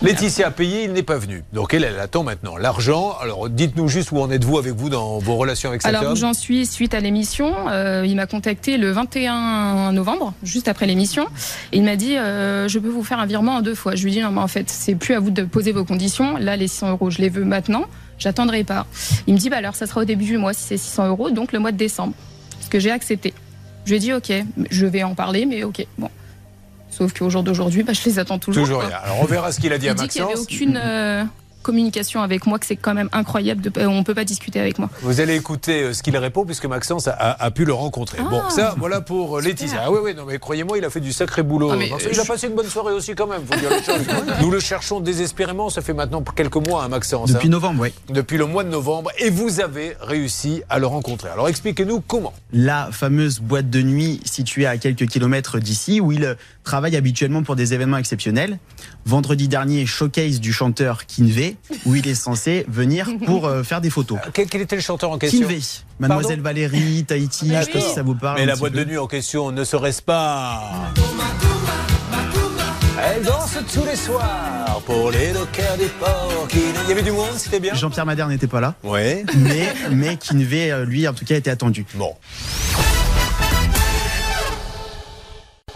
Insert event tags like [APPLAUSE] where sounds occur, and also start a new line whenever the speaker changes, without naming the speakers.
Laetitia a payé, il n'est pas venu. Donc elle, elle attend maintenant l'argent. Alors dites-nous juste où en êtes-vous avec vous dans vos relations avec cet
Alors où
homme
j'en suis suite à l'émission, euh, il m'a contacté le 21 novembre, juste après l'émission. Et Il m'a dit euh, je peux vous faire un virement en deux fois. Je lui ai dit non mais en fait c'est plus à vous de poser vos conditions. Là les 600 euros je les veux maintenant, j'attendrai pas. Il me dit bah alors ça sera au début du mois si c'est 600 euros donc le mois de décembre. Ce que j'ai accepté. Je lui ai dit ok je vais en parler mais ok bon. Sauf qu'au jour d'aujourd'hui bah, je les attends toujours.
Toujours
quoi.
rien. Alors on verra ce qu'il a dit à
Il dit qu'il n'y avait
Maxence.
aucune euh, communication avec moi, que c'est quand même incroyable. De, euh, on ne peut pas discuter avec moi.
Vous allez écouter euh, ce qu'il répond puisque Maxence a, a- a pu le rencontrer.
Ah.
Bon, ça, voilà pour euh, Laetitia. Ah oui, oui, non mais croyez-moi, il a fait du sacré boulot.
Ah, mais,
Maxence.
euh,
il a
je-
passé une bonne soirée aussi quand même. Faut dire les
[LAUGHS]
choses. Nous le cherchons désespérément. Ça fait maintenant quelques mois, hein, Maxence.
Depuis
hein.
novembre, oui.
Depuis le mois de novembre. Et vous avez réussi à le rencontrer. Alors expliquez-nous comment.
La fameuse boîte de nuit située à quelques kilomètres d'ici, où il travaille habituellement pour des événements exceptionnels. Vendredi dernier, showcase du chanteur Kinvey, où il est censé venir pour euh, faire des photos.
Quel, quel était le chanteur en question
Kinvey, Mademoiselle
Pardon Ah,
Valérie, Tahiti, je sais pas
D'accord.
si ça vous parle.
Mais
Ah, un
la
petit
boîte
peu.
de nuit en question ne serait-ce pas. Elle danse tous les soirs pour les dockers des ports. qui- Il y avait du monde, c'était bien
Jean-Pierre Madère n'était pas là,
Oui.
mais, mais Kinvey, euh, lui, en tout cas, était attendu.
Bon.